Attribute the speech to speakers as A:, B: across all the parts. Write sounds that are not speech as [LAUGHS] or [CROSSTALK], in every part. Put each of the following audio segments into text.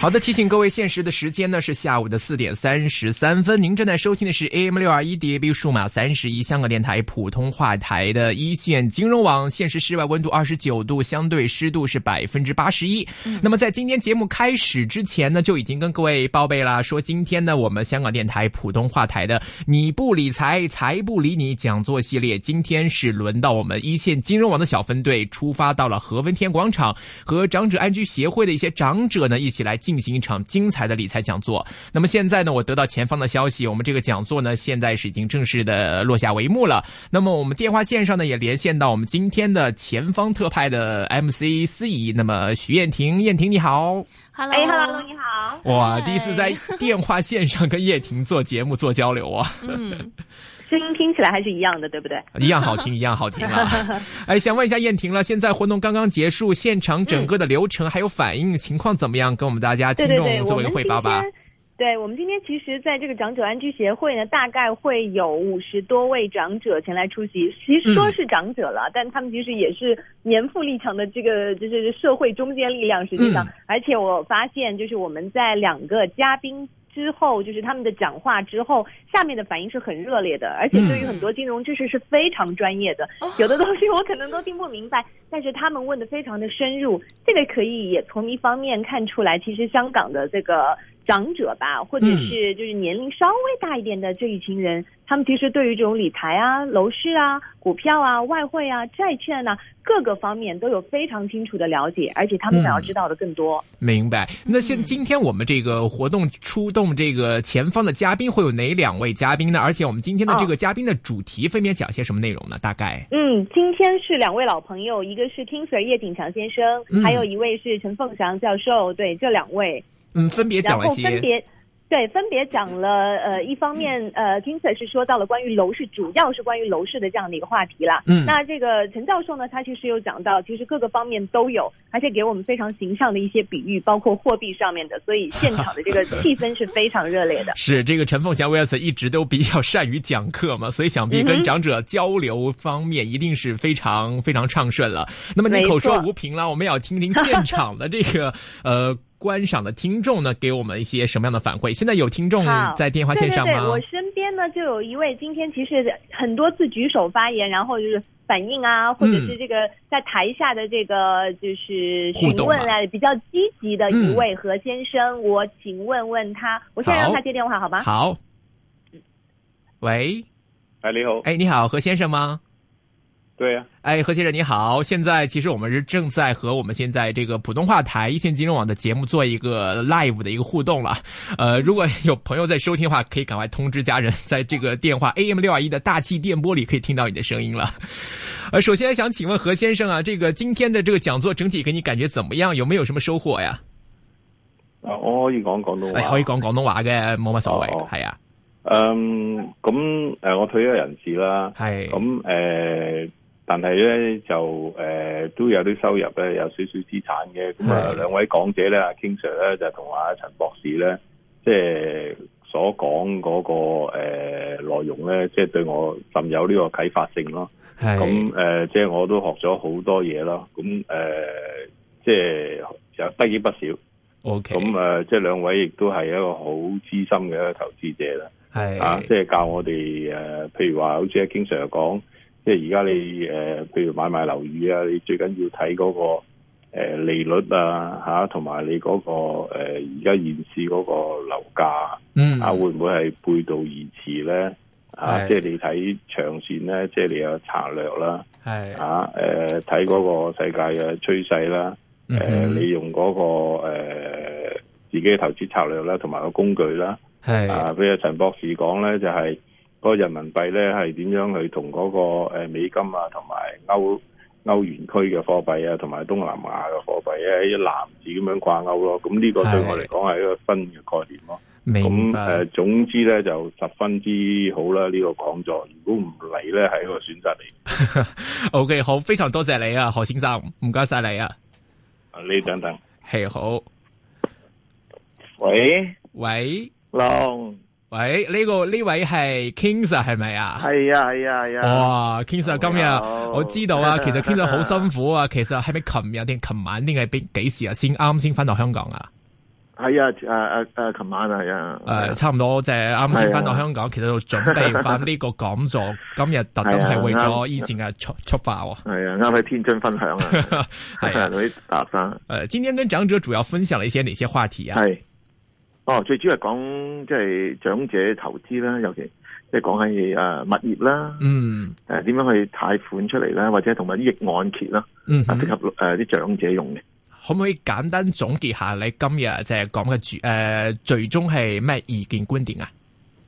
A: 好的，提醒各位，现时的时间呢是下午的四点三十三分。您正在收听的是 AM 六二一 DAB 数码三十一香港电台普通话台的一线金融网，现时室外温度二十九度，相对湿度是百分之八十一。那么在今天节目开始之前呢，就已经跟各位报备啦，说今天呢我们香港电台普通话台的“你不理财，财不理你”讲座系列，今天是轮到我们一线金融网的小分队出发到了何文田广场，和长者安居协会的一些长者呢一起来进。进行一场精彩的理财讲座。那么现在呢，我得到前方的消息，我们这个讲座呢，现在是已经正式的落下帷幕了。那么我们电话线上呢，也连线到我们今天的前方特派的 MC 司仪。那么徐燕婷，燕婷你好。
B: Hello，
C: 哎哈喽，你好。
A: 哇，
B: 嗨
A: 第一次在电话线上跟叶婷做节目做交流啊，
B: 嗯，
C: 声音听起来还是一样的，对不对？
A: [LAUGHS] 一样好听，一样好听
C: [LAUGHS]
A: 啊！哎，想问一下燕婷了，现在活动刚刚结束，现场整个的流程还有反应情况怎么样？跟我们大家听
C: 对对对，
A: 众
C: 我
A: 做
C: 们
A: 一个汇报吧。
C: 今天。对我们今天其实，在这个长者安居协会呢，大概会有五十多位长者前来出席。其实说是长者了，但他们其实也是年富力强的这个就是社会中坚力量。实际上，
A: 嗯
C: 而且我发现，就是我们在两个嘉宾。之后就是他们的讲话之后，下面的反应是很热烈的，而且对于
B: 嗯
C: 很多金融知识是非常专业的，
B: 哦
C: [LAUGHS] 有的东西我可能都听不明白，但是他们问的非常的深入，这个可以也从一方面看出来，其实香港的这个长者吧，或者
B: 嗯
C: 是就是年龄稍微大一点的这一群人，他们其实对于这种理财啊、楼市啊、股票啊、外汇啊、债券啊各个方面都有非常清楚的了解，而且他们想要
A: 嗯
C: 知道的更多。
A: 明白。那现
B: 嗯
A: 今天我们这个活动出动这个前方的嘉宾会有哪两位嘉宾呢？而且我们今天的这
C: 哦
A: 个嘉宾的主题分别讲些什么内容呢？大概
C: 嗯，今天是两位老朋友，一个是 King Sir 叶鼎强先生，
A: 嗯
C: 还有一位是陈凤祥教授，对，这两位。
A: 嗯，分别
C: 然
A: 讲了
C: 后分
A: 些
C: 别对分别讲了呃，一方面呃金 i 是说到了关于楼市，主要是关于楼市的这样的一个话题啦。
A: 嗯
C: 那这个陈教授呢，他其实有讲到，其实各个方面都有，而且给我们非常形象的一些比喻，包括货币上面的，所以现场的这个气氛是非常热 [LAUGHS] 烈的。
A: 是这个陈凤祥 Wilson 一直都比较善于讲课嘛，所以想必
C: 嗯
A: 跟
C: 哼
A: 长者交流方面一定是非常非常畅顺了。那么你
C: 没
A: 口说
C: 错
A: 无凭了，我们也要听听现场的这
C: [LAUGHS]
A: 个呃观赏的听众呢，给我们一些什么样的反馈？现在有听众
C: 好
A: 在电话线上
C: 对
A: 吗？
C: 对对，我身边呢就有一位今天其实很多次举手发言，然后就是反应啊，或者
A: 嗯
C: 是这个在台下的这个就是询
A: 互
C: 问
A: 动
C: 啊，比较积极的一位何先生，我请问问他，我现在让
A: 好
C: 他接电话好吗？
A: 好，喂，
D: 哎，你好，
A: 哎，你好，何先生吗？
D: 对啊呀、
A: 哎，何先生你好，现在其实我们是正在和我们现在这个普通话台一线金融网的节目做一个 live 的一个互动了。呃，如果有朋友在收听的话，可以赶快通知家人，在这个电话 AM 六二一的大气电波里可以听到你的声音了。呃，首先想请问何先生啊，这个今天的这个讲座整体给你感觉怎么样？有没有什么收获呀？
D: 啊，我可以講廣東話。
A: 哎，可以。講廣東話嘅，冇乜所謂，
D: 哦
A: 係啊，
D: 嗯，咁誒、呃我退休人士啦。
A: 係。
D: 咁誒、呃但係咧就誒、呃都有啲收入咧，有少少資產嘅。咁啊
A: 係，
D: 兩位講者咧，阿 King Sir 咧就同阿陳博士咧，即係所講嗰、個誒、呃、內容咧，即係對我甚有呢個啟發性咯。
A: 係
D: 咁誒、呃即係我都學咗好多嘢咯。咁誒、呃即係有得益不少。
A: OK，
D: 咁誒、呃即係兩位亦都係一個好資深嘅一個投資者啦，啊，
A: 係
D: 即係教我哋誒、呃譬如話好似阿 King Sir 講，即係而家你誒、呃譬如買賣樓宇啊，你最緊要睇嗰、個、呃、利率啊，嚇、同埋你嗰、個呃而家、現市嗰個樓價啊，
A: 嗯
D: 會唔會係背道而馳咧？啊，
A: 係
D: 即係你睇長線咧，即係你有策略啦，
A: 係
D: 啊，誒睇嗰個世界嘅趨勢啦。
A: 嗯
D: 誒、
A: 哼
D: 你呃用嗰、個、呃、自己嘅投資策略啦，同埋個工具啦。
A: 係
D: 啊，譬如陳博士講咧，就係、嗰個人民幣咧係點樣去同嗰、個、呃、美金啊，同埋歐歐元區嘅貨幣啊，同埋東南啊亞嘅貨幣咧一籃子咁樣掛鈎咯。咁呢個對
A: 係
D: 我嚟講係一個新嘅概念咯。
A: 明
E: 咁誒、
A: 白。
E: 呃總之咧就十分之好啦，呢、個講座。如果唔嚟咧，係一個選擇嚟。
A: O、k 好，非常多謝你啊，何先生，唔該晒你啊，
E: 啊你等等，
A: 係好。
F: 喂，
A: 喂
F: 龍，
A: 喂，呢、個呢位係 King Sir 係咪啊？
F: 係啊係啊係啊，
A: 哇，King Sir 今日
F: 有
A: 我知道
F: [LAUGHS]
A: 啊，其實 King Sir 好辛苦啊，其實係咪琴日定琴晚定係邊幾時啊？先啱先翻到香港啊？
F: 係啊，誒誒誒，琴晚啊係啊，
A: 诶、差唔多即係啱先翻到
F: 係啊
A: 香港，其實就準備翻呢個講座，今日特登
F: [LAUGHS]
A: 係為
F: 啊
A: 咗以前嘅出出發喎。 [LAUGHS]
F: 係啊，啱喺天津分享啊，
A: 係啊
F: 係嗰啲搭生。
A: 呃，今天跟長者主要分享了一些哪些話題啊？
F: 系，哦，最主要係講即係長者投資啦，尤其即係講喺诶物業啦，
A: 嗯
F: 诶点样去貸款出嚟啦，或者同埋逆按揭啦，
A: 嗯
F: 啊
A: 哼，
F: 適合诶啲長者用嘅。
A: 可唔可以簡單總結下你今日即係講嘅主诶最終係咩意見觀點啊？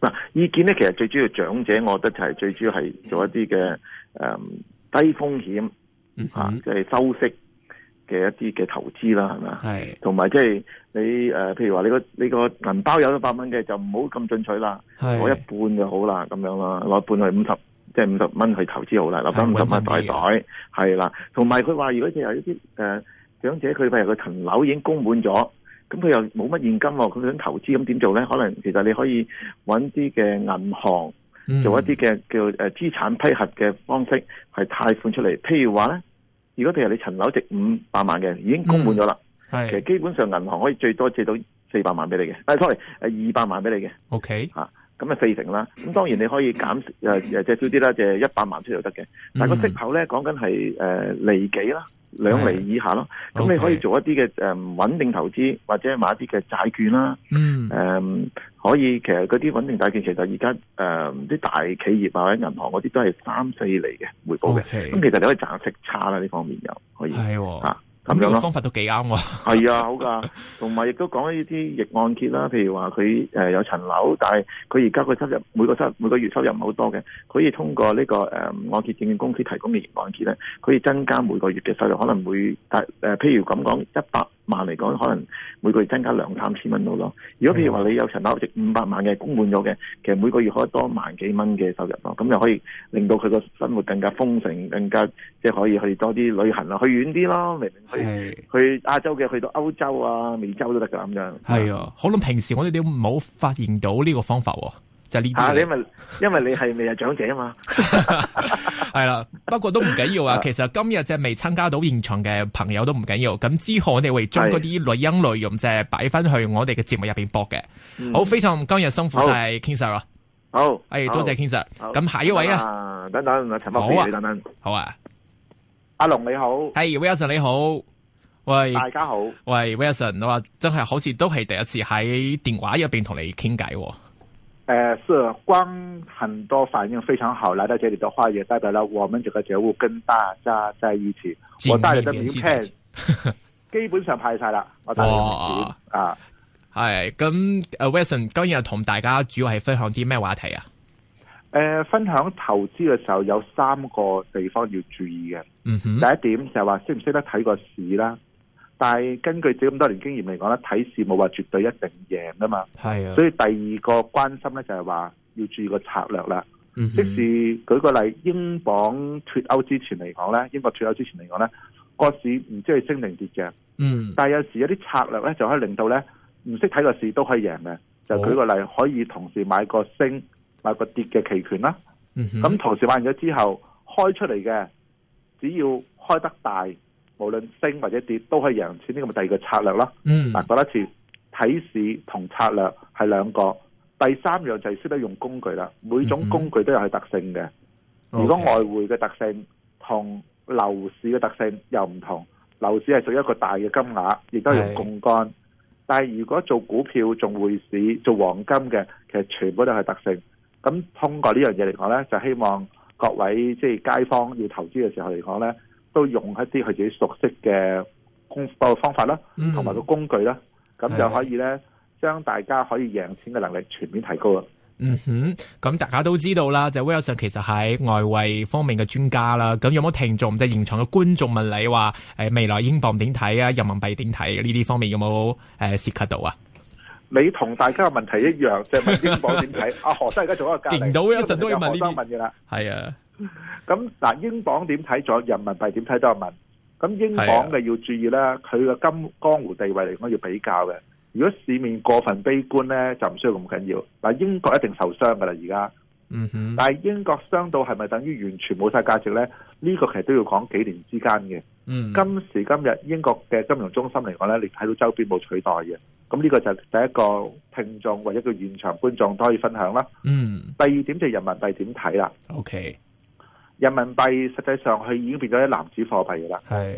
F: 嗱，意見咧其實最主要長者，我覺得就係最主要係做一啲嘅诶低風險
A: 嗯
F: 啊，
A: 哼，
F: 即係收息嘅一啲嘅投資啦，係咪啊？
A: 係
F: 同埋即係你誒、呃譬如話你個你個銀包有一百蚊嘅，就唔好咁進取啦，
A: 係
F: 攞一半就好啦，咁樣啦，攞一半去五十，即係五十蚊去投資好啦，留翻
A: 係
F: 五十
A: 穩陣
F: 蚊袋
A: 啲
F: 袋，係啦。同埋佢話，如果你有一啲誒、呃、長者，佢譬如個層樓已經供滿咗。咁佢又冇乜現金喎，佢想投資咁點做咧？可能其實你可以揾啲嘅銀行
A: 嗯
F: 做一啲嘅叫誒資產批核嘅方式，係貸款出嚟。譬如話咧，如果譬如你層樓值五百萬嘅，已經
A: 嗯
F: 供滿咗啦，其實
A: 係
F: 基本上銀行可以最多借到四百萬俾你嘅，啊 sorry，誒二百萬俾你嘅，
A: OK，
F: 咁啊四成啦。咁當然你可以減誒誒借少啲啦，借一百萬出就得嘅。但
A: 嗯
F: 係個息口咧講緊係誒利幾啦，兩厘以下咯。
A: 係
F: 咁你
A: OK
F: 可以做一啲嘅誒穩定投資，或者買一啲嘅債券啦。
A: 嗯
F: 誒、可以其實嗰啲穩定債券其實而家呃誒啲大企業啊或者銀行嗰啲都係三四厘嘅回報嘅。
A: OK
F: 咁其實你可以賺息差啦，呢方面又可以
A: 係喎
F: 啊咁
A: 咁呢
F: 樣
A: 個
F: 咯。
A: 方法都幾啱喎。
F: 係啊，好噶，同埋亦都講呢啲逆按揭啦，譬如話佢誒有層樓，但係佢而家個收入每個收每個月收入唔係好多嘅，佢可以通過呢、個誒、按揭證券公司提供嘅逆按揭咧，可以增加每個月嘅收入，可能每但誒、譬如咁講一百萬嚟講，可能每個月增加兩三千蚊到咯。如果譬如話你有層樓值五百萬嘅供滿咗嘅，其實每個月可以多萬幾蚊嘅收入咯，咁又可以令到佢個生活更加豐盛，更加即係可以去多啲旅行啊，去遠啲咯，明明去。
A: 係。
F: 去亞洲嘅，去到歐洲啊、美洲都得㗎咁樣。
A: 系啊，可能平時我哋都冇發現到呢個方法喎，就係呢
F: 啊，你
A: 啲
F: 因為因為你係未係長者啊嘛，
A: [LAUGHS] 係啦。不過都唔緊要啊，其實今日即係未參加到現場嘅朋友都唔緊要。咁之後我哋會將嗰啲錄音內容即係擺翻去我哋嘅節目入邊播嘅。
D: 嗯
A: 好，非常今日辛苦晒 King Sir 啊，
F: 嗯好，
A: 诶，
F: 好
A: 多謝 King Sir。
F: 好
A: 咁下一位啊，
F: 啊，等等，陳博
A: 好啊
F: 士，你等等，
A: 好啊，
F: 阿龍你好，
A: 係 Wilson 你好，喂
F: 大家好，
A: 喂 Wilson，我話真係好似都係第一次喺電話入邊同你傾偈喎。
D: 呃，是光很多反应非常好，来到这里的话，也代表了我们整个觉悟跟大家在一起。
A: 緊
D: 我
A: 密
D: 带嚟嘅
A: 聯
D: 名
A: 繫
D: 片
A: 在一起
F: [LAUGHS]
D: 基本上派晒啦，我帶嚟嘅名片啊，
A: 系咁，诶，Wilson 今日同大家主要係分享啲咩話題啊？
D: 诶、呃分享投資嘅時候有三個地方要注意嘅。
A: 嗯哼，
D: 第一點就係話識唔識得睇個市啦，但係根據自己咁多年經驗嚟講咧，睇市冇話絕對一定贏噶嘛。
A: 係啊
D: 所以第二個關心咧就係話要注意個策略啦。
A: 嗯
D: 即
A: 哼
D: 使舉個例，英鎊脱歐之前嚟講咧，英國脱歐之前嚟講咧，個市唔知係升定跌嘅。
A: 嗯
D: 但係有時有啲策略咧，就可以令到咧唔識睇個市都可以贏嘅。就
A: 好
D: 舉個例，可以同時買個升、買個跌嘅期權啦。
A: 嗯哼，
D: 咁、同時買完咗之後，開出嚟嘅只要開得大，無論升或者跌都可以贏錢。呢個咪第二個策略咯。
A: 嗯
D: 嗱、講一次，睇市同策略係兩個。第三樣就係識得用工具啦，每種
A: 嗯哼
D: 工具都有佢特性嘅。如果
A: OK
D: 外匯嘅特性同樓市嘅特性又唔同，樓市係屬於一個大嘅金額，亦都係
A: 係
D: 用槓桿。但係如果做股票、做匯市、做黃金嘅，其實全部都係特性。咁通過呢樣嘢嚟講呢，就希望各位即係街坊要投資嘅時候嚟講呢，都用一啲佢自己熟悉嘅功呃方法啦，
A: 嗯
D: 同埋個工具啦，咁
A: 係
D: 就可以呢，將大家可以贏錢嘅能力全面提高啦。
A: 嗯哼，咁大家都知道啦，就 Wilson 其實喺外匯方面嘅專家啦。咁有冇聽眾即係現場嘅觀眾問你話誒未來英鎊點睇啊，人民幣點睇呢啲方面有冇誒涉及到啊？
D: 誒、
F: 你同大家嘅問題一
A: [LAUGHS]
F: 樣，就係問英鎊點睇。阿何生而家做一個隔離，
A: 勁到有陣都會問呢啲
F: 呢個就何生問嘅啦。
A: 係啊，
F: 咁嗱，英鎊點睇咗，人民幣點睇都有問。咁英
A: 啊
F: 鎊嘅要注意啦，佢嘅金江湖地位嚟講要比較嘅。如果市面過分悲觀咧，就唔需要咁緊要。嗱，英國一定受傷噶啦，而家。
A: 嗯哼，
F: 但係英國傷到係咪等於完全冇晒價值咧？呢、個其實都要講幾年之間嘅。
A: 嗯，
F: 今時今日英國嘅金融中心嚟講呢，你睇到周邊冇取代嘅，咁呢個就第一個聽眾或者叫現場觀眾都可以分享啦。
A: 嗯
F: 第二點就係人民幣點睇啦，
A: ，OK，
F: 人民幣實際上佢已經變咗一籃子貨幣㗎啦。
A: 係，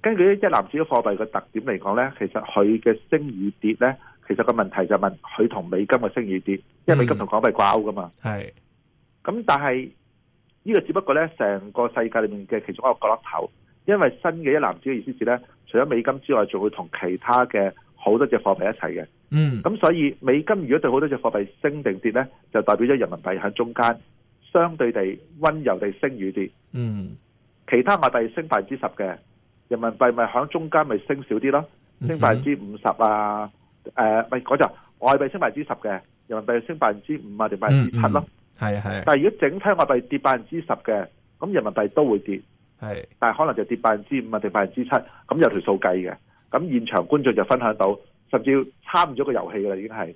F: 根據一籃子貨幣嘅特點嚟講呢，其實佢嘅升與跌呢，其實個問題就問佢同美金嘅升與跌，因為美金同港幣掛鈎㗎嘛。
A: 係，
F: 咁但係呢、個只不過呢，成個世界裏面嘅其中一個角落頭，因為新嘅一籃子嘅意思是呢，除咗美金之外，仲會同其他嘅好多隻貨幣一齊嘅。
A: 嗯，
F: 咁所以美金如果對好多隻貨幣升定跌呢，就代表咗人民幣喺中間，相對地温柔地升與跌。
A: 嗯，
F: 其他外幣升百分之十嘅，人民幣咪喺中間咪升少啲咯，
A: 嗯
F: 升百分之五十啊，誒咪嗰就外幣升百分之十嘅，人民幣升百分之五啊定百分之七咯。
A: 係係
F: 但係如果整體外幣跌百分之十嘅，咁人民幣都會跌，
A: 係，
F: 但係可能就跌百分之五啊定百分之七，咁有條數計嘅。咁現場觀眾就分享到，甚至參與咗個遊戲㗎啦，已經係。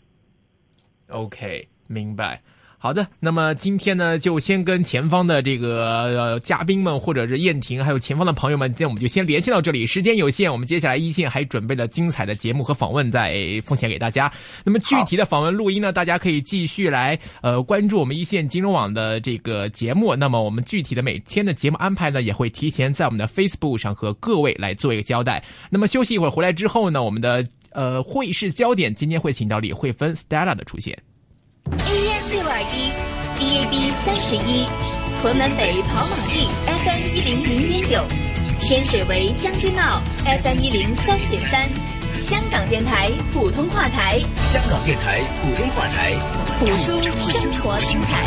A: OK，明白。好的，那么今天呢，就先跟前方的这个、呃、嘉宾们，或者是燕婷，还有前方的朋友们，今天我们就先联系到这里。时间有限，我们接下来一线还准备了精彩的节目和访问在呃奉献给大家。那么具体的访问录音呢，大家可以继续来呃关注我们一线金融网的这个节目。那么我们具体的每天的节目安排呢，也会提前在我们的 Facebook 上和各位来做一个交代。那么休息一会儿回来之后呢，我们的呃会议室焦点今天会请到李慧芬 Stella 的出现。
G: AM 六二一，DAB 三十一，屯门北跑马地 FM 一零零点九，天水围将军澳 FM 一零三点三，香港电台普通话台，
H: 香港电台普通话台。
G: 谱出生活精彩。